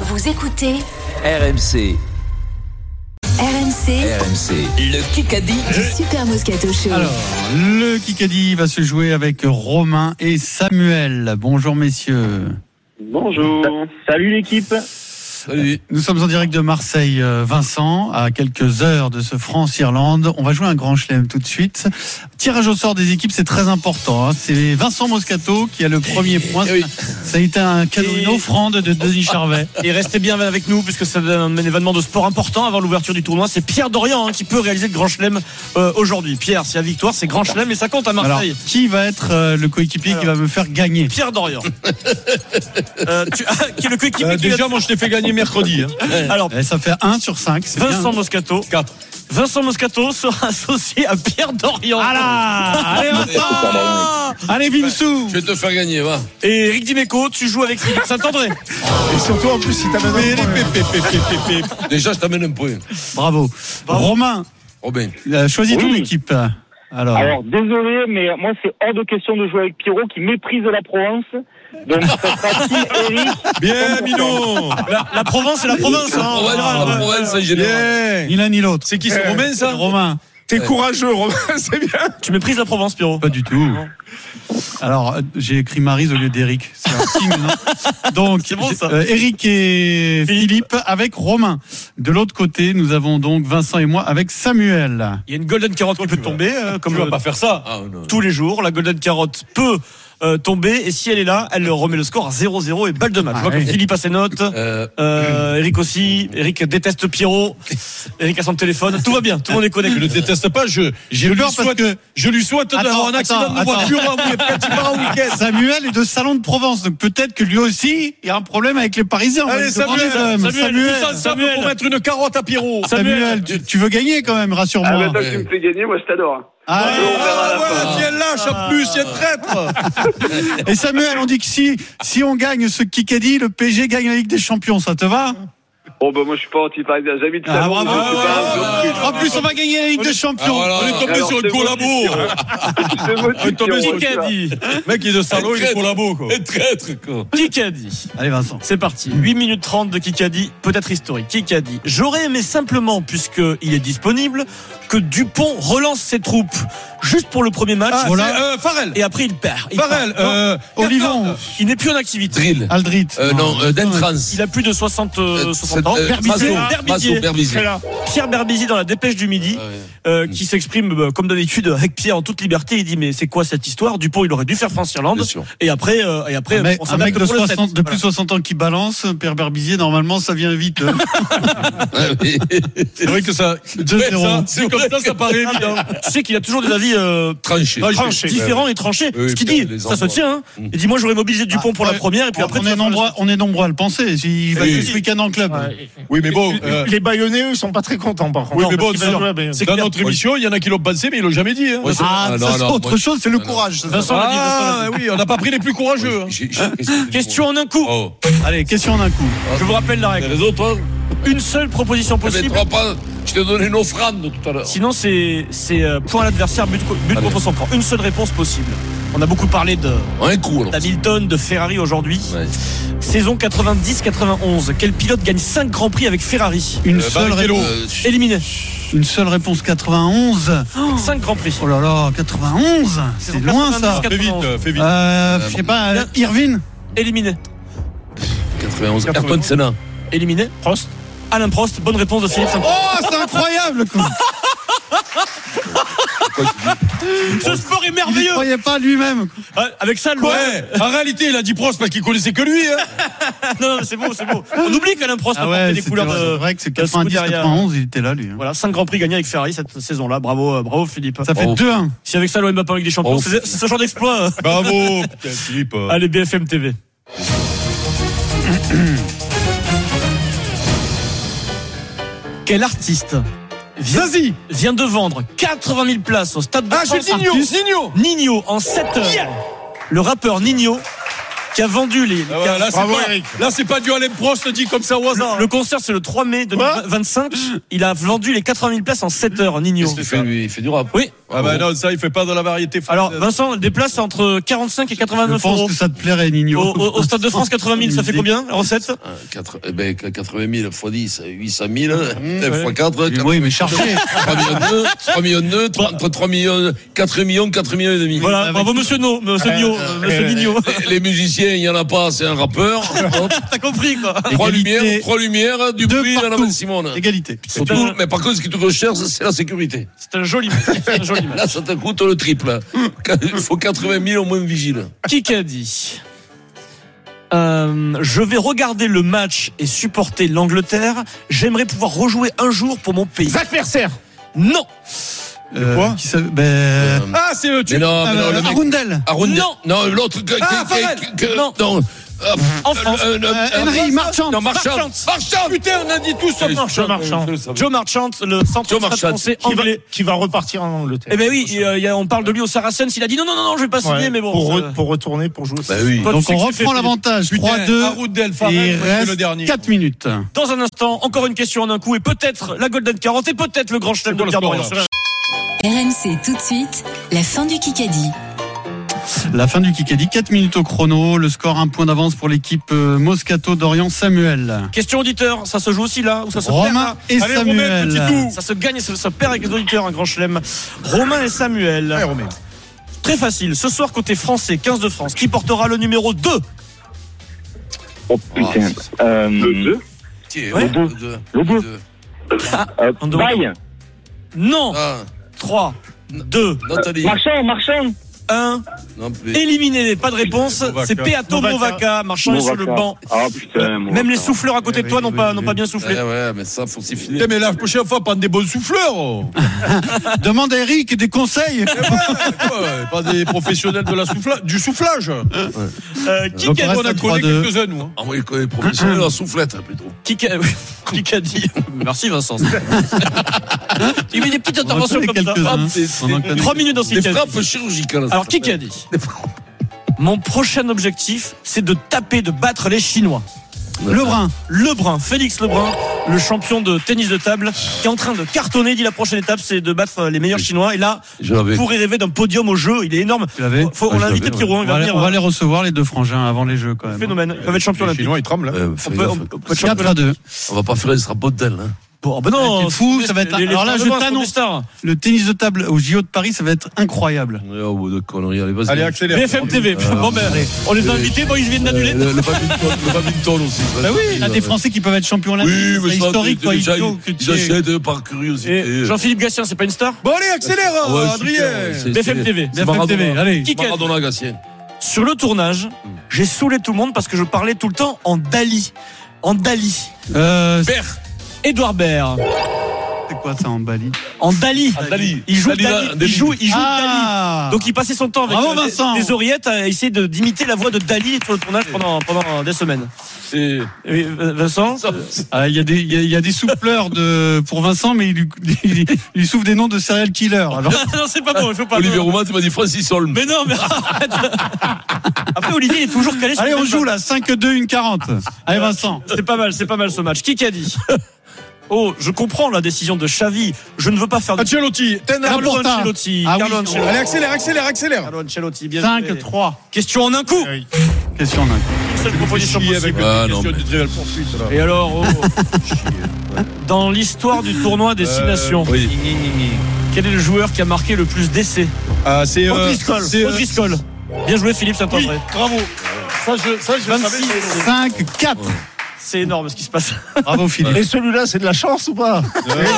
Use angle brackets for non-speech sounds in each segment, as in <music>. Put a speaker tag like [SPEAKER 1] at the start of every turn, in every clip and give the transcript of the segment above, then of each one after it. [SPEAKER 1] Vous écoutez
[SPEAKER 2] RMC,
[SPEAKER 1] RMC
[SPEAKER 2] RMC, le Kikadi.
[SPEAKER 1] du Super Moscato Show.
[SPEAKER 3] Alors, le Kikadi va se jouer avec Romain et Samuel. Bonjour messieurs.
[SPEAKER 4] Bonjour. Salut l'équipe.
[SPEAKER 3] Nous sommes en direct de Marseille, euh, Vincent, à quelques heures de ce France-Irlande. On va jouer un grand chelem tout de suite. Tirage au sort des équipes, c'est très important. hein. C'est Vincent Moscato qui a le premier point.
[SPEAKER 5] Eh, oui. Eh.
[SPEAKER 3] Ça a été un cadeau,
[SPEAKER 5] Et-
[SPEAKER 3] une offrande de Denis Charvet.
[SPEAKER 5] Et restez bien avec nous puisque c'est un événement de sport important avant l'ouverture du tournoi. C'est Pierre Dorian hein, qui peut réaliser le Grand Chelem euh, aujourd'hui. Pierre, s'il y a victoire, c'est Grand Chelem et ça compte à
[SPEAKER 3] Alors,
[SPEAKER 5] <laughs> Marseille.
[SPEAKER 3] qui va être euh, le coéquipier qui va me faire gagner
[SPEAKER 6] <laughs>
[SPEAKER 5] Pierre Dorian. Euh, tu- ah, qui est le coéquipier qui vient-
[SPEAKER 6] Euh, moi je t'ai fait gagner mercredi. hein.
[SPEAKER 5] <laughs> Alors,
[SPEAKER 3] Eh, Ça fait 1 sur 5.
[SPEAKER 5] Vincent Moscato.
[SPEAKER 6] Quatre.
[SPEAKER 5] Vincent Moscato <laughs> sera associé à Pierre Dorian.
[SPEAKER 6] Ah
[SPEAKER 3] Allez,
[SPEAKER 5] <laughs>
[SPEAKER 3] Vincent Allez, Vinsou
[SPEAKER 6] Je vais te faire gagner, va.
[SPEAKER 5] Et Eric Dimeco, tu joues avec Philippe Saint-André.
[SPEAKER 6] Déjà, je t'amène un point.
[SPEAKER 3] Bravo.
[SPEAKER 5] Bravo.
[SPEAKER 3] Romain,
[SPEAKER 6] Robin.
[SPEAKER 3] euh, choisis ton
[SPEAKER 4] Oui.
[SPEAKER 3] équipe. Alors,
[SPEAKER 4] Alors désolé, mais moi c'est hors de question de jouer avec Pierrot qui méprise la Provence. Donc ça sera qui Eric
[SPEAKER 6] Bien, Mino
[SPEAKER 5] La, la Provence, c'est la province. hein,
[SPEAKER 6] Oh,
[SPEAKER 5] en général, ouais.
[SPEAKER 6] en général.
[SPEAKER 3] ni l'un ni l'autre. Euh,
[SPEAKER 6] C'est qui, c'est Romain, ça
[SPEAKER 3] Romain
[SPEAKER 7] T'es courageux, Romain, c'est bien.
[SPEAKER 5] Tu méprises la Provence, Pierrot.
[SPEAKER 3] Pas du tout. Alors, euh, j'ai écrit Marise au lieu d'Eric. C'est un signe,
[SPEAKER 5] <laughs>
[SPEAKER 3] non Donc,
[SPEAKER 5] bon, ça.
[SPEAKER 3] euh, Eric et Philippe avec Romain. De l'autre côté, nous avons donc Vincent et moi avec Samuel.
[SPEAKER 5] Il y a une golden carotte qui peut tomber, euh, comme euh,
[SPEAKER 6] faire ça. Ah, non.
[SPEAKER 5] tous les jours. La Golden Carotte peut euh, tomber et si elle est là, elle remet le score à 0-0 et balle de match.
[SPEAKER 3] Ah
[SPEAKER 5] Je vois que
[SPEAKER 3] oui.
[SPEAKER 5] Philippe a ses notes.
[SPEAKER 6] Euh,
[SPEAKER 5] Euh, Eric aussi. Eric déteste Pierrot. Eric a son téléphone. Tout va bien. Tout le monde est
[SPEAKER 6] je
[SPEAKER 5] connecté.
[SPEAKER 6] le déteste pas, je, je,
[SPEAKER 3] J'ai
[SPEAKER 6] lui,
[SPEAKER 3] peur parce
[SPEAKER 6] souhaite,
[SPEAKER 3] que
[SPEAKER 6] je lui souhaite d'avoir un accident
[SPEAKER 3] attends,
[SPEAKER 6] de
[SPEAKER 3] attends.
[SPEAKER 6] voiture un week-end, il part en week-end.
[SPEAKER 3] <laughs> Samuel est de Salon de Provence, donc peut-être que lui aussi, il y a un problème avec les Parisiens. On va lui
[SPEAKER 6] Allez,
[SPEAKER 3] demander,
[SPEAKER 6] Samuel,
[SPEAKER 3] Sam.
[SPEAKER 6] Samuel,
[SPEAKER 3] Samuel,
[SPEAKER 6] tous ensemble pour mettre une carotte à Pierrot.
[SPEAKER 3] Samuel, tu, tu veux gagner quand même,
[SPEAKER 8] Ah bah
[SPEAKER 3] rassure-moi.
[SPEAKER 8] toi tu me fais gagner, moi je t'adore. hein.
[SPEAKER 3] Allez.
[SPEAKER 6] Ah,
[SPEAKER 5] bah.
[SPEAKER 6] ouais, si elle lâche, en plus, si elle traître.
[SPEAKER 3] Et Samuel, on dit que si, si on gagne ce Kikadi, le PSG gagne la Ligue des Champions, ça te va
[SPEAKER 8] Oh bah moi je suis pas anti-parisien, j'habite ça.
[SPEAKER 3] Ah, bravo.
[SPEAKER 6] Ah, ouais, ouais, ouais.
[SPEAKER 3] En plus, on va gagner la Ligue des
[SPEAKER 9] ah,
[SPEAKER 3] Champions.
[SPEAKER 6] On Ah, est tombé
[SPEAKER 8] Alors,
[SPEAKER 6] sur
[SPEAKER 8] c'est
[SPEAKER 6] une collabo.
[SPEAKER 8] C'est
[SPEAKER 6] Thomas
[SPEAKER 8] moi
[SPEAKER 6] Zidane.
[SPEAKER 8] qui
[SPEAKER 5] Kikadi.
[SPEAKER 6] Mec, il est de salaud, il est collabo, quoi.
[SPEAKER 5] Kikadi.
[SPEAKER 3] Allez, Vincent.
[SPEAKER 5] C'est parti. 8 minutes 30 de Kikadi. Peut-être historique. Kikadi. J'aurais aimé simplement, puisqu'il est disponible, que Dupont relance ses troupes juste pour le premier match.
[SPEAKER 6] Ah,
[SPEAKER 3] Voilà.
[SPEAKER 6] c'est, euh, Farrell.
[SPEAKER 5] Et après, il perd. Il,
[SPEAKER 6] Farrell,
[SPEAKER 5] part. Non,
[SPEAKER 6] euh,
[SPEAKER 3] Olivon,
[SPEAKER 5] il n'est plus en activité.
[SPEAKER 6] Drill.
[SPEAKER 3] Aldrit.
[SPEAKER 9] Euh, non, euh, Dentrans.
[SPEAKER 5] Il a plus de 60, euh,
[SPEAKER 9] Euh,
[SPEAKER 5] 60
[SPEAKER 9] c'est-
[SPEAKER 5] ans.
[SPEAKER 9] euh,
[SPEAKER 5] Berbizier,
[SPEAKER 9] Mazo,
[SPEAKER 5] Berbizier.
[SPEAKER 9] Mazo, Berbizier. Ah
[SPEAKER 5] Pierre Berbizier dans la dépêche du midi, euh, qui s'exprime euh, comme d'habitude avec Pierre en toute liberté. Il dit mais c'est quoi cette histoire Dupont, il aurait dû faire France-Irlande.
[SPEAKER 9] Bien sûr.
[SPEAKER 6] <laughs>
[SPEAKER 5] Et après, euh, et après,
[SPEAKER 3] Un mec,
[SPEAKER 5] on
[SPEAKER 3] un mec de,
[SPEAKER 5] s'adapte pour le
[SPEAKER 3] 60
[SPEAKER 5] set.
[SPEAKER 3] de plus de 60 ans qui balance, Père Berbizier, normalement, ça vient vite. euh.
[SPEAKER 6] C'est vrai que ça.
[SPEAKER 3] 2-0.
[SPEAKER 6] ça, c'est comme ça, ça paraît
[SPEAKER 5] Voilà.
[SPEAKER 6] évident.
[SPEAKER 5] Ah, Tu sais qu'il a toujours des avis euh,
[SPEAKER 9] Tranché.
[SPEAKER 6] Tranché.
[SPEAKER 5] différents et tranchés.
[SPEAKER 9] Oui,
[SPEAKER 5] ce qu'il
[SPEAKER 9] Pierre,
[SPEAKER 5] dit,
[SPEAKER 9] les
[SPEAKER 5] ça se
[SPEAKER 9] endroits.
[SPEAKER 5] tient. hein. Il dit moi j'aurais mobilisé
[SPEAKER 6] Ah,
[SPEAKER 5] Dupont pour la
[SPEAKER 3] Ouais.
[SPEAKER 5] première et puis après
[SPEAKER 3] on,
[SPEAKER 5] tu
[SPEAKER 3] est
[SPEAKER 5] vas faire le
[SPEAKER 3] nombreux, on est nombreux à le penser. Il va
[SPEAKER 6] Oui.
[SPEAKER 3] jouer ce week-end en club.
[SPEAKER 6] Oui, mais bon. euh,
[SPEAKER 7] Les Bayonnais, eux, sont pas très contents, par contre.
[SPEAKER 6] oui, mais bon,
[SPEAKER 7] Ils veulent
[SPEAKER 6] dans-
[SPEAKER 7] jouer à Bayonne.
[SPEAKER 5] c'est
[SPEAKER 6] dans
[SPEAKER 5] clair.
[SPEAKER 6] notre émission, il y en a qui l'ont pensé, mais ils l'ont jamais dit. hein.
[SPEAKER 9] Ouais, c'est-
[SPEAKER 3] Ah, ça,
[SPEAKER 9] Ah, non,
[SPEAKER 3] c'est
[SPEAKER 9] non,
[SPEAKER 3] autre
[SPEAKER 9] moi,
[SPEAKER 3] chose, c'est le
[SPEAKER 9] non,
[SPEAKER 3] courage. ça.
[SPEAKER 5] Vincent l'a dit, Vincent l'a
[SPEAKER 6] Ah, oui, on n'a pas pris les plus courageux. hein.
[SPEAKER 9] J'ai- j'ai-
[SPEAKER 6] <laughs>
[SPEAKER 9] j'ai-
[SPEAKER 5] dit. Question en un coup.
[SPEAKER 9] Oh.
[SPEAKER 3] Allez, question en un coup.
[SPEAKER 6] Ah.
[SPEAKER 5] Je vous rappelle la
[SPEAKER 9] Et
[SPEAKER 5] règle.
[SPEAKER 9] Les autres, hein
[SPEAKER 5] Une seule proposition
[SPEAKER 9] Eh ben,
[SPEAKER 5] possible.
[SPEAKER 9] trois pas. Je t'ai donné une offrande tout à l'heure.
[SPEAKER 5] Sinon, c'est c'est, euh, point à l'adversaire, but, co- but
[SPEAKER 9] Allez.
[SPEAKER 5] contre son camp. Une seule réponse possible. On a beaucoup parlé de
[SPEAKER 9] Un coup, alors.
[SPEAKER 5] d'Hamilton, de Ferrari aujourd'hui.
[SPEAKER 9] Ouais.
[SPEAKER 5] Saison 90-91. Quel pilote gagne 5 grands prix avec Ferrari
[SPEAKER 3] Une,
[SPEAKER 9] Euh,
[SPEAKER 3] seule,
[SPEAKER 9] Barrichello.
[SPEAKER 3] réponse-
[SPEAKER 9] Euh, je-
[SPEAKER 5] Éliminé.
[SPEAKER 3] une seule réponse 91.
[SPEAKER 5] 5 grands prix.
[SPEAKER 3] Oh là là, 91 C'est
[SPEAKER 5] C'est
[SPEAKER 3] loin ça.
[SPEAKER 5] 90.
[SPEAKER 6] Fais vite, euh, fais vite.
[SPEAKER 3] Euh, je sais pas, euh, Irvine
[SPEAKER 5] Éliminé.
[SPEAKER 9] 91. Ayrton Senna.
[SPEAKER 5] Éliminé. Prost. Alain Prost, bonne réponse de Philippe saint
[SPEAKER 3] Oh, c'est incroyable quoi.
[SPEAKER 5] Ce sport est
[SPEAKER 3] Il ne
[SPEAKER 5] merveilleux
[SPEAKER 3] croyait pas lui-même.
[SPEAKER 5] Ah, Avec ça, l'OM.
[SPEAKER 6] Ouais, Eh, en réalité, il a dit proche parce qu'il connaissait que lui. hein.
[SPEAKER 5] Non, non, c'est beau,
[SPEAKER 3] <laughs>
[SPEAKER 5] c'est beau. On oublie qu'Alain Prost a porté des
[SPEAKER 3] c'était
[SPEAKER 5] couleurs
[SPEAKER 3] vrai,
[SPEAKER 5] de.
[SPEAKER 3] Ah c'est vrai que c'est
[SPEAKER 5] de Scuderia.
[SPEAKER 3] 90-91, il était là lui. hein.
[SPEAKER 5] Voilà, 5 grands prix gagnés avec Ferrari cette saison-là. Bravo, euh, bravo Philippe.
[SPEAKER 3] Ça fait Oh.
[SPEAKER 9] Bravo.
[SPEAKER 3] 2-1.
[SPEAKER 5] Si avec ça l'OM bat pas avec des champions,
[SPEAKER 9] Bravo.
[SPEAKER 5] c'est c'est ce genre d'exploit. euh.
[SPEAKER 3] <laughs>
[SPEAKER 6] Bravo, putain, Philippe.
[SPEAKER 3] Ah,
[SPEAKER 5] Allez, BFM TV. <clears throat> Quel artiste vient,
[SPEAKER 6] Zazie.
[SPEAKER 5] vient de vendre 80 000 places au Stade de
[SPEAKER 6] Ah,
[SPEAKER 5] France
[SPEAKER 6] Juninho.
[SPEAKER 5] Artus
[SPEAKER 6] Juninho.
[SPEAKER 5] Nino en 7 heures. Le rappeur Nino qui a vendu les.
[SPEAKER 6] Ah ouais,
[SPEAKER 5] qui a-
[SPEAKER 6] là, c'est pas, là, c'est pas du Alain Prost dit comme ça au hasard.
[SPEAKER 5] le concert, c'est le 3 mai 2025. Il a vendu les 80 000 places en 7 heures, Nino.
[SPEAKER 9] Qu'est-ce qu'il fait, lui Il fait du rap.
[SPEAKER 5] Oui,
[SPEAKER 6] Ah bah non, ça, il fait pas de la variété
[SPEAKER 5] Alors,
[SPEAKER 6] française.
[SPEAKER 5] Vincent, des places entre 45 et
[SPEAKER 3] Je
[SPEAKER 5] 89
[SPEAKER 3] pense
[SPEAKER 5] euros.
[SPEAKER 3] que ça te plairait,
[SPEAKER 5] Au,
[SPEAKER 3] Nino.
[SPEAKER 5] au- au Stade de France, 80 000, ça fait combien la recette
[SPEAKER 9] Hein, quatre- eh ben, 80 000 fois 10, 800 000,
[SPEAKER 6] Mmh.
[SPEAKER 9] euh,
[SPEAKER 5] ouais.
[SPEAKER 9] fois 4,
[SPEAKER 3] Oui, mais chargé.
[SPEAKER 9] 3 millions 2, 3 millions 2, 3 millions, 4 millions, 4 millions et demi.
[SPEAKER 5] Voilà, bravo monsieur No, monsieur Guillaume, monsieur Guillaume.
[SPEAKER 9] Les, les musiciens, il y en a pas, c'est
[SPEAKER 6] <laughs>
[SPEAKER 9] un rappeur. Hop,
[SPEAKER 5] <laughs> T'as compris quoi
[SPEAKER 9] trois
[SPEAKER 3] Égalité.
[SPEAKER 9] lumières, trois lumières, du
[SPEAKER 3] Deux
[SPEAKER 9] bruit, la
[SPEAKER 3] partout.
[SPEAKER 9] main de Simone.
[SPEAKER 3] Égalité.
[SPEAKER 9] Surtout,
[SPEAKER 5] un-
[SPEAKER 9] mais par contre, ce qui te recherche, c'est la sécurité.
[SPEAKER 5] C'est un joli match. c'est un joli match.
[SPEAKER 9] Là, ça te coûte le triple.
[SPEAKER 6] Mmh.
[SPEAKER 9] Il faut 80 000 au moins de vigile.
[SPEAKER 5] Qui qu'a dit Euh, je vais regarder le match et supporter l'Angleterre. J'aimerais pouvoir rejouer un jour pour mon pays.
[SPEAKER 7] Zach Mercer
[SPEAKER 5] Non,
[SPEAKER 3] Quoi qui ça- ben,
[SPEAKER 9] Euh,
[SPEAKER 6] Ah, c'est le
[SPEAKER 9] mais
[SPEAKER 6] tu.
[SPEAKER 9] non, mais non, le
[SPEAKER 3] euh,
[SPEAKER 9] mec-
[SPEAKER 3] Arundel.
[SPEAKER 9] Arundel.
[SPEAKER 5] Non.
[SPEAKER 9] non l'autre. que-
[SPEAKER 5] Ah,
[SPEAKER 9] que- que-
[SPEAKER 5] Farrell.
[SPEAKER 9] que-
[SPEAKER 5] Non.
[SPEAKER 9] non. Ah, pff,
[SPEAKER 5] En France.
[SPEAKER 9] euh, le-
[SPEAKER 3] Euh,
[SPEAKER 9] euh,
[SPEAKER 3] Henry, Marchand.
[SPEAKER 9] Non, Marchand.
[SPEAKER 5] Marchand.
[SPEAKER 9] Marchand.
[SPEAKER 6] Putain, on a dit tout ça.
[SPEAKER 7] Joe Marchand.
[SPEAKER 5] Joe Marchand, le centre
[SPEAKER 9] Joe Marchand.
[SPEAKER 5] français
[SPEAKER 7] Qui va,
[SPEAKER 5] anglais.
[SPEAKER 7] qui va repartir en
[SPEAKER 5] Eh
[SPEAKER 7] Angleterre.
[SPEAKER 5] ben oui, euh, il y a- on parle de lui au Saracens. Il a dit non, non, non, non, je vais pas signer,
[SPEAKER 7] Ouais,
[SPEAKER 5] mais bon. euh,
[SPEAKER 7] pour,
[SPEAKER 5] ça-
[SPEAKER 7] re- pour retourner, pour jouer.
[SPEAKER 9] Bah oui.
[SPEAKER 5] Toi, tu
[SPEAKER 3] Donc
[SPEAKER 5] sais
[SPEAKER 3] on
[SPEAKER 5] que c'est fait,
[SPEAKER 3] reprend l'avantage.
[SPEAKER 6] Putain,
[SPEAKER 3] 3-2.
[SPEAKER 6] Arundel,
[SPEAKER 3] Et
[SPEAKER 6] Farrell,
[SPEAKER 3] il
[SPEAKER 6] c'est le
[SPEAKER 3] reste
[SPEAKER 6] dernier.
[SPEAKER 3] 4 minutes.
[SPEAKER 5] Dans un instant, encore une question en un coup et peut-être la Golden 40 et peut-être le Grand Chelem de
[SPEAKER 6] quoi le
[SPEAKER 5] Pierre
[SPEAKER 7] hein.
[SPEAKER 6] score,
[SPEAKER 5] Dorian.
[SPEAKER 6] là
[SPEAKER 1] RMC tout de suite, la fin du Kikadi.
[SPEAKER 3] La fin du Kikadi, 4 minutes au chrono. Le score, un point d'avance pour l'équipe euh, Moscato d'Orient
[SPEAKER 5] <laughs>
[SPEAKER 3] Samuel.
[SPEAKER 5] Question auditeur, ça se joue aussi là ou ça se perd là
[SPEAKER 3] Romain et
[SPEAKER 6] Allez,
[SPEAKER 3] Samuel.
[SPEAKER 6] Romain, petit
[SPEAKER 5] Ça se gagne et ça se perd avec les auditeurs, un grand chelem. Romain et Samuel. Très facile. Ce soir, côté français, 15 de France, qui portera le numéro 2
[SPEAKER 4] Oh putain. Euh,
[SPEAKER 8] Le 2
[SPEAKER 9] Tiens,
[SPEAKER 5] Ouais.
[SPEAKER 9] le deux, le deux,
[SPEAKER 4] Le
[SPEAKER 9] le
[SPEAKER 4] deux.
[SPEAKER 9] deux.
[SPEAKER 4] euh,
[SPEAKER 5] On doit-
[SPEAKER 4] Baye,
[SPEAKER 5] Non
[SPEAKER 9] Ah,
[SPEAKER 5] 3, 2,
[SPEAKER 9] Nathalie.
[SPEAKER 4] Euh, Marchand, Marchand.
[SPEAKER 5] 1.
[SPEAKER 9] Non, plus.
[SPEAKER 5] Éliminé, pas de réponse.
[SPEAKER 6] Novaca.
[SPEAKER 5] C'est Peato Movaca, marchand est sur le
[SPEAKER 4] Morata.
[SPEAKER 5] banc.
[SPEAKER 4] Ah putain, mon
[SPEAKER 5] Même les
[SPEAKER 4] Morata.
[SPEAKER 5] souffleurs à côté de toi n'ont pas, n'ont pas bien
[SPEAKER 9] Eh
[SPEAKER 5] soufflé.
[SPEAKER 9] ouais, mais ça, faut s'y filer.
[SPEAKER 6] Putain, mais la prochaine fois, prendre des bons souffleurs.
[SPEAKER 9] <laughs>
[SPEAKER 6] oh.
[SPEAKER 3] Demande à Eric des conseils.
[SPEAKER 6] Ouais, pas des professionnels de la souffla... du soufflage.
[SPEAKER 5] Euh, qui
[SPEAKER 3] Donc,
[SPEAKER 5] qu'a-
[SPEAKER 3] reste
[SPEAKER 6] On a
[SPEAKER 3] à
[SPEAKER 6] connu
[SPEAKER 3] 3-2.
[SPEAKER 6] quelques-uns, nous. hein.
[SPEAKER 9] Ah, moi, il connaît les professionnels de la soufflette, hein, plutôt.
[SPEAKER 5] qui qu'a- <laughs> qui qu'a dit Merci Vincent. <laughs> Il met des petites
[SPEAKER 3] On en
[SPEAKER 5] interventions
[SPEAKER 3] connaît
[SPEAKER 5] comme ça. Ah,
[SPEAKER 3] quelques-uns.
[SPEAKER 5] Hop,
[SPEAKER 3] On en connaît.
[SPEAKER 5] 3 minutes dans ce
[SPEAKER 9] Des
[SPEAKER 5] week-end.
[SPEAKER 9] frappes chirurgicales. ça
[SPEAKER 5] Alors, qui
[SPEAKER 9] s'appelle.
[SPEAKER 5] a dit Mon prochain objectif, c'est de taper, de battre les Chinois.
[SPEAKER 3] Lebrun.
[SPEAKER 5] Lebrun, Félix Lebrun, le champion de tennis de table, qui est en train de cartonner, dit la prochaine étape, c'est de battre euh, les meilleurs Chinois. Et là,
[SPEAKER 9] Je l'avais.
[SPEAKER 5] pour y rêver d'un podium au jeu, il est énorme.
[SPEAKER 3] Tu Ah, l'avais
[SPEAKER 5] Faut- on
[SPEAKER 9] Ouais,
[SPEAKER 5] l'a
[SPEAKER 9] je
[SPEAKER 5] invité,
[SPEAKER 9] l'avais,
[SPEAKER 5] Pierrot,
[SPEAKER 3] on
[SPEAKER 5] il va
[SPEAKER 3] va, les,
[SPEAKER 5] venir. hein.
[SPEAKER 3] on va les recevoir les deux frangins avant les jeux quand même.
[SPEAKER 5] Phénomène, ils peuvent être champions
[SPEAKER 6] Les
[SPEAKER 5] olympiques.
[SPEAKER 6] Chinois, ils tremblent. hein.
[SPEAKER 9] Euh,
[SPEAKER 5] On
[SPEAKER 9] fais
[SPEAKER 5] peut,
[SPEAKER 9] gaffe.
[SPEAKER 5] on peut être champion
[SPEAKER 3] 4 à 2.
[SPEAKER 9] On va pas faire les strapotes d'elle. Hein.
[SPEAKER 5] Bon, ben non,
[SPEAKER 3] T'es fou, ça va être- alors là, je
[SPEAKER 5] Lebrun sont
[SPEAKER 3] t'annonce.
[SPEAKER 5] des stars.
[SPEAKER 3] Le tennis de table au JO de Paris, ça va être incroyable.
[SPEAKER 9] Ouais, Oh, bout de conneries, allez, vas-y.
[SPEAKER 6] Allez, accélère.
[SPEAKER 5] BFM TV.
[SPEAKER 9] Euh,
[SPEAKER 5] Bon, ben, on les a
[SPEAKER 9] euh,
[SPEAKER 5] invités, bon, ils viennent
[SPEAKER 9] Euh,
[SPEAKER 5] d'annuler.
[SPEAKER 9] le, le badminton, le badminton aussi. ça,
[SPEAKER 3] Bah oui,
[SPEAKER 9] c'est-
[SPEAKER 3] il y a des Français qui peuvent être champions olympiques.
[SPEAKER 9] Oui, mais
[SPEAKER 3] c'est
[SPEAKER 9] ça,
[SPEAKER 3] historique,
[SPEAKER 9] des-
[SPEAKER 3] toi,
[SPEAKER 9] des gens,
[SPEAKER 3] Idiot, que
[SPEAKER 9] ils,
[SPEAKER 3] tu
[SPEAKER 9] ils
[SPEAKER 3] es.
[SPEAKER 9] achètent euh, par curiosité.
[SPEAKER 5] Et Jean-Philippe Gatien, c'est pas une star
[SPEAKER 6] Bon, allez, accélère,
[SPEAKER 7] hein.
[SPEAKER 9] Ah ouais,
[SPEAKER 6] Adrien.
[SPEAKER 9] super, c'est-
[SPEAKER 5] BFM
[SPEAKER 9] c'est-
[SPEAKER 5] TV.
[SPEAKER 9] c'est
[SPEAKER 3] BFM TV,
[SPEAKER 9] Maradona.
[SPEAKER 3] allez.
[SPEAKER 5] Qui-
[SPEAKER 9] Maradona, Gatien.
[SPEAKER 5] Sur le tournage,
[SPEAKER 9] Mm.
[SPEAKER 5] j'ai saoulé tout le monde parce que je parlais tout le temps en Dali. En Dali.
[SPEAKER 3] Euh, c'est
[SPEAKER 9] Père.
[SPEAKER 5] Edouard Baird.
[SPEAKER 3] quoi ça en Bali
[SPEAKER 5] En Dali.
[SPEAKER 9] Ah, Dali.
[SPEAKER 5] Il joue
[SPEAKER 9] Dali, euh,
[SPEAKER 5] Dali.
[SPEAKER 9] là,
[SPEAKER 5] Il
[SPEAKER 9] Dali.
[SPEAKER 5] joue, il joue
[SPEAKER 3] Ah
[SPEAKER 5] Dali. Donc il passait son temps avec
[SPEAKER 3] Bravo,
[SPEAKER 5] euh, des-
[SPEAKER 3] Vincent.
[SPEAKER 5] des oreillettes à essayer de- d'imiter la voix de Dali sur le tournage pendant, pendant des semaines.
[SPEAKER 9] C'est.
[SPEAKER 5] Et, euh, Vincent
[SPEAKER 9] ça,
[SPEAKER 3] Ah, il y a des il y a- il y a des souffleurs de pour Vincent mais il lui, <laughs> il lui souffle des noms de serial killers. Alors
[SPEAKER 5] Non, c'est pas bon, il faut pas.
[SPEAKER 9] Olivier Rouman, tu m'as dit Francis Holm.
[SPEAKER 5] Mais non, mais <laughs> arrête. Après, Olivier, il est toujours calé sur
[SPEAKER 3] allez,
[SPEAKER 5] le
[SPEAKER 3] on
[SPEAKER 5] même
[SPEAKER 3] joue là 5-2 une 40. Allez Vincent.
[SPEAKER 5] C'est pas mal, c'est pas mal ce match. Qui qui a dit <laughs> Oh, je comprends la décision de Xavi. Je ne veux pas
[SPEAKER 3] Ah,
[SPEAKER 5] faire de
[SPEAKER 6] Ancelotti.
[SPEAKER 5] Carlo
[SPEAKER 3] Laporta.
[SPEAKER 5] Ancelotti.
[SPEAKER 3] Ah oui.
[SPEAKER 5] Carlo Ancelotti.
[SPEAKER 6] Allez, accélère, accélère, accélère.
[SPEAKER 5] Carlo Ancelotti, bien joué.
[SPEAKER 3] 5-3.
[SPEAKER 5] Question en un coup.
[SPEAKER 3] Question en un.
[SPEAKER 5] Seule proposition
[SPEAKER 6] Chier avec
[SPEAKER 5] possible.
[SPEAKER 6] le
[SPEAKER 9] Ah, non,
[SPEAKER 6] question
[SPEAKER 9] mais-
[SPEAKER 6] du trivial poursuite, là.
[SPEAKER 5] Et alors, oh, dans l'histoire du tournoi des six
[SPEAKER 6] Euh,
[SPEAKER 5] nations,
[SPEAKER 9] oui.
[SPEAKER 5] quel est le joueur qui a marqué le plus d'essais
[SPEAKER 6] Ah, c'est. euh,
[SPEAKER 5] O'Driscoll.
[SPEAKER 6] c'est, euh,
[SPEAKER 5] O'Driscoll. Bien joué, Philippe
[SPEAKER 6] Oui,
[SPEAKER 5] Saint-André.
[SPEAKER 6] bravo. Ça, je, ça, je
[SPEAKER 5] 26.
[SPEAKER 6] savais.
[SPEAKER 3] 5-4.
[SPEAKER 5] C'est énorme ce qui se passe.
[SPEAKER 3] Bravo Philippe.
[SPEAKER 7] Et celui-là, c'est de la chance ou pas
[SPEAKER 9] Ah oui, mais non.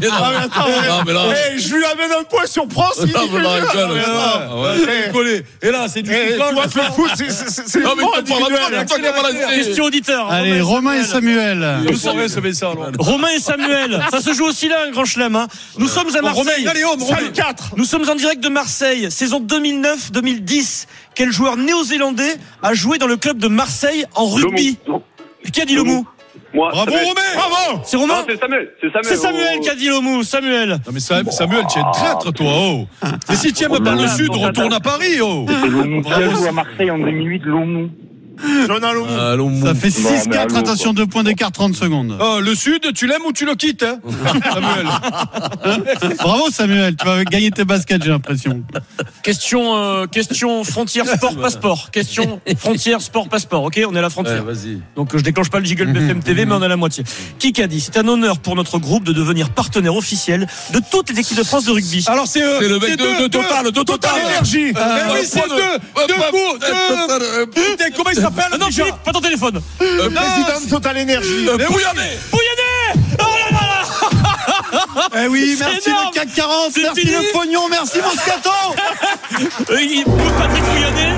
[SPEAKER 7] mais attends,
[SPEAKER 9] Non, mais là.
[SPEAKER 7] Eh, je lui amène un point sur France. il dit
[SPEAKER 9] <laughs> Non,
[SPEAKER 7] que
[SPEAKER 9] mais là,
[SPEAKER 7] je-
[SPEAKER 9] rigole.
[SPEAKER 7] Ouais,
[SPEAKER 9] Ah, ouais.
[SPEAKER 6] C'est Nicolet. Et là, c'est du
[SPEAKER 7] Eh, tu
[SPEAKER 6] football.
[SPEAKER 7] vois, c'est le foot, c'est- c'est- c'est- c'est
[SPEAKER 9] Non, mais
[SPEAKER 7] bon,
[SPEAKER 9] il te parle
[SPEAKER 7] individuel.
[SPEAKER 9] pas, mais toi qui l'as balancé.
[SPEAKER 5] Question auditeur.
[SPEAKER 3] Allez, Romain et Samuel.
[SPEAKER 6] Vous savez, ce message, alors.
[SPEAKER 5] Romain et Samuel, ça se joue aussi là, un grand chelem. hein. Nous sommes à Marseille.
[SPEAKER 6] Romain, allez, homme, Romain.
[SPEAKER 7] 5-4.
[SPEAKER 5] Nous sommes en direct de Marseille, saison 2009-2010. Quel joueur néo-zélandais a joué dans le club de Marseille en rugby
[SPEAKER 8] Lomou.
[SPEAKER 5] Qui a dit Lomu
[SPEAKER 8] Moi,
[SPEAKER 6] Bravo,
[SPEAKER 8] Samuel.
[SPEAKER 6] Romain.
[SPEAKER 7] Bravo
[SPEAKER 5] C'est
[SPEAKER 8] Non,
[SPEAKER 5] Romain
[SPEAKER 8] c'est Samuel. C'est Samuel.
[SPEAKER 5] C'est Samuel
[SPEAKER 8] Oh.
[SPEAKER 5] qui a dit Lomu, Samuel.
[SPEAKER 6] Non mais Sam- Samuel, tu es traître toi, oh Et si tu aimes pas le sud, retourne à Paris, oh
[SPEAKER 4] Le Mou qui a joué à Marseille en 2008, Lomou.
[SPEAKER 7] Jonas Lomu.
[SPEAKER 9] Allons,
[SPEAKER 3] Ça fait
[SPEAKER 8] Non, mais
[SPEAKER 3] 6-4,
[SPEAKER 8] allô,
[SPEAKER 3] attention, 2 points d'écart, 30 secondes.
[SPEAKER 6] Oh, le Sud, tu l'aimes ou tu le quittes, hein, Samuel
[SPEAKER 3] <laughs> Bravo Samuel, tu vas gagner tes baskets, j'ai l'impression.
[SPEAKER 5] Question, euh, question <laughs> frontière sport passeport. <laughs> Question frontière sport passeport. Ok, on est à la
[SPEAKER 9] Ouais,
[SPEAKER 5] frontière.
[SPEAKER 9] vas-y.
[SPEAKER 5] Donc euh, je déclenche pas le jiggle BFM TV, mais on a la <laughs> moitié. Kikadi, c'est un honneur pour notre groupe de devenir partenaire officiel de toutes les équipes de France de rugby.
[SPEAKER 6] Alors, c'est euh,
[SPEAKER 9] C'est le mec de, de Total, de Total.
[SPEAKER 6] Énergie
[SPEAKER 3] Ah,
[SPEAKER 9] Euh,
[SPEAKER 6] Mais oui, c'est
[SPEAKER 9] point
[SPEAKER 6] deux
[SPEAKER 9] de- euh,
[SPEAKER 6] Deux
[SPEAKER 9] point-
[SPEAKER 6] mots
[SPEAKER 9] euh,
[SPEAKER 6] Deux
[SPEAKER 9] Total, euh,
[SPEAKER 6] Putain, Comment il s'appelle
[SPEAKER 5] Ah non,
[SPEAKER 6] déjà
[SPEAKER 5] Philippe, pas ton téléphone.
[SPEAKER 9] euh,
[SPEAKER 7] Président de Total Energy.
[SPEAKER 9] euh, Pouyanné.
[SPEAKER 5] Pouyanné Oh là là là
[SPEAKER 3] Eh oui,
[SPEAKER 5] C'est
[SPEAKER 3] merci
[SPEAKER 5] énorme.
[SPEAKER 3] le CAC 40,
[SPEAKER 5] C'est
[SPEAKER 3] merci
[SPEAKER 5] fini.
[SPEAKER 3] le pognon, merci Moscato
[SPEAKER 5] Euh, il- Patrick Pouyanné,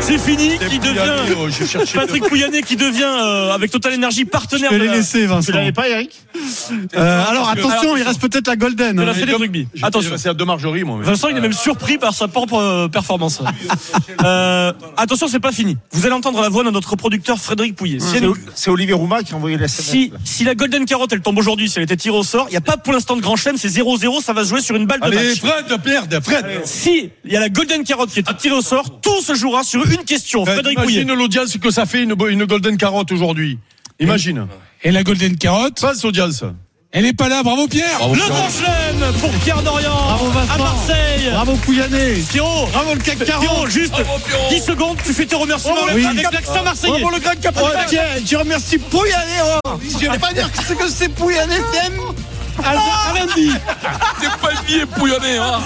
[SPEAKER 5] c'est fini, qui devient.
[SPEAKER 6] Oh, je cherchais le-
[SPEAKER 5] Patrick Pouyanné qui devient euh, avec Total Energy
[SPEAKER 3] Je
[SPEAKER 5] partenaire
[SPEAKER 3] vais
[SPEAKER 5] de
[SPEAKER 3] les
[SPEAKER 5] la,
[SPEAKER 3] laisser
[SPEAKER 7] Tu
[SPEAKER 3] Vincent.
[SPEAKER 7] l'avais pas, Eric
[SPEAKER 3] Euh, alors attention,
[SPEAKER 5] Alors,
[SPEAKER 3] il reste peut-être la Golden.
[SPEAKER 5] de la
[SPEAKER 3] hein.
[SPEAKER 5] Fédé de rugby.
[SPEAKER 6] J'étais
[SPEAKER 5] Attention.
[SPEAKER 6] passé à deux Marjorie, moi. mais- Ah,
[SPEAKER 5] Vincent, il est même surpris par sa propre euh, performance. Euh, attention, c'est pas fini. Vous allez entendre la voix de notre producteur Frédéric Pouillet.
[SPEAKER 3] Hum.
[SPEAKER 5] Si, elle-
[SPEAKER 7] C'est Olivier Rouma qui a envoyé la
[SPEAKER 5] si, si la Golden Carotte, elle tombe aujourd'hui, si elle était tirée au sort, il n'y a pas pour l'instant de grand chelem, c'est 0-0, ça va se jouer sur une balle de
[SPEAKER 6] Allez,
[SPEAKER 5] match.
[SPEAKER 6] Fred, merde, Fred
[SPEAKER 5] Si il y a la Golden Carotte qui était tirée au sort, tout se jouera sur une question.
[SPEAKER 3] Ben,
[SPEAKER 6] Euh,
[SPEAKER 5] Frédéric Pouillet.
[SPEAKER 6] Imagine l'audience que ça fait une, bo- une Golden Carotte aujourd'hui. Imagine.
[SPEAKER 10] Et la Golden Carotte,
[SPEAKER 6] Passe l'audience.
[SPEAKER 10] elle est pas là, bravo Pierre
[SPEAKER 9] Bravo,
[SPEAKER 5] Le grand chelem pour Pierre Dorian
[SPEAKER 3] Bravo, Vincent.
[SPEAKER 5] à Marseille.
[SPEAKER 3] Bravo Pouyanné
[SPEAKER 5] Pierrot,
[SPEAKER 3] Bravo le CAC 40
[SPEAKER 5] Pierrot, juste
[SPEAKER 9] Bravo, Pierrot.
[SPEAKER 5] 10 secondes, tu fais tes remerciements
[SPEAKER 3] Bravo,
[SPEAKER 5] avec
[SPEAKER 3] oui.
[SPEAKER 5] l'accent marseillais.
[SPEAKER 3] Bravo, le Grand Capitaine. Oh, tiens, je remercie Pouyanné oh. Je vais pas dire que c'est que c'est Pouyanné, c'est M. À, à lundi
[SPEAKER 9] C'est pas lié, Pouyanné. Hein.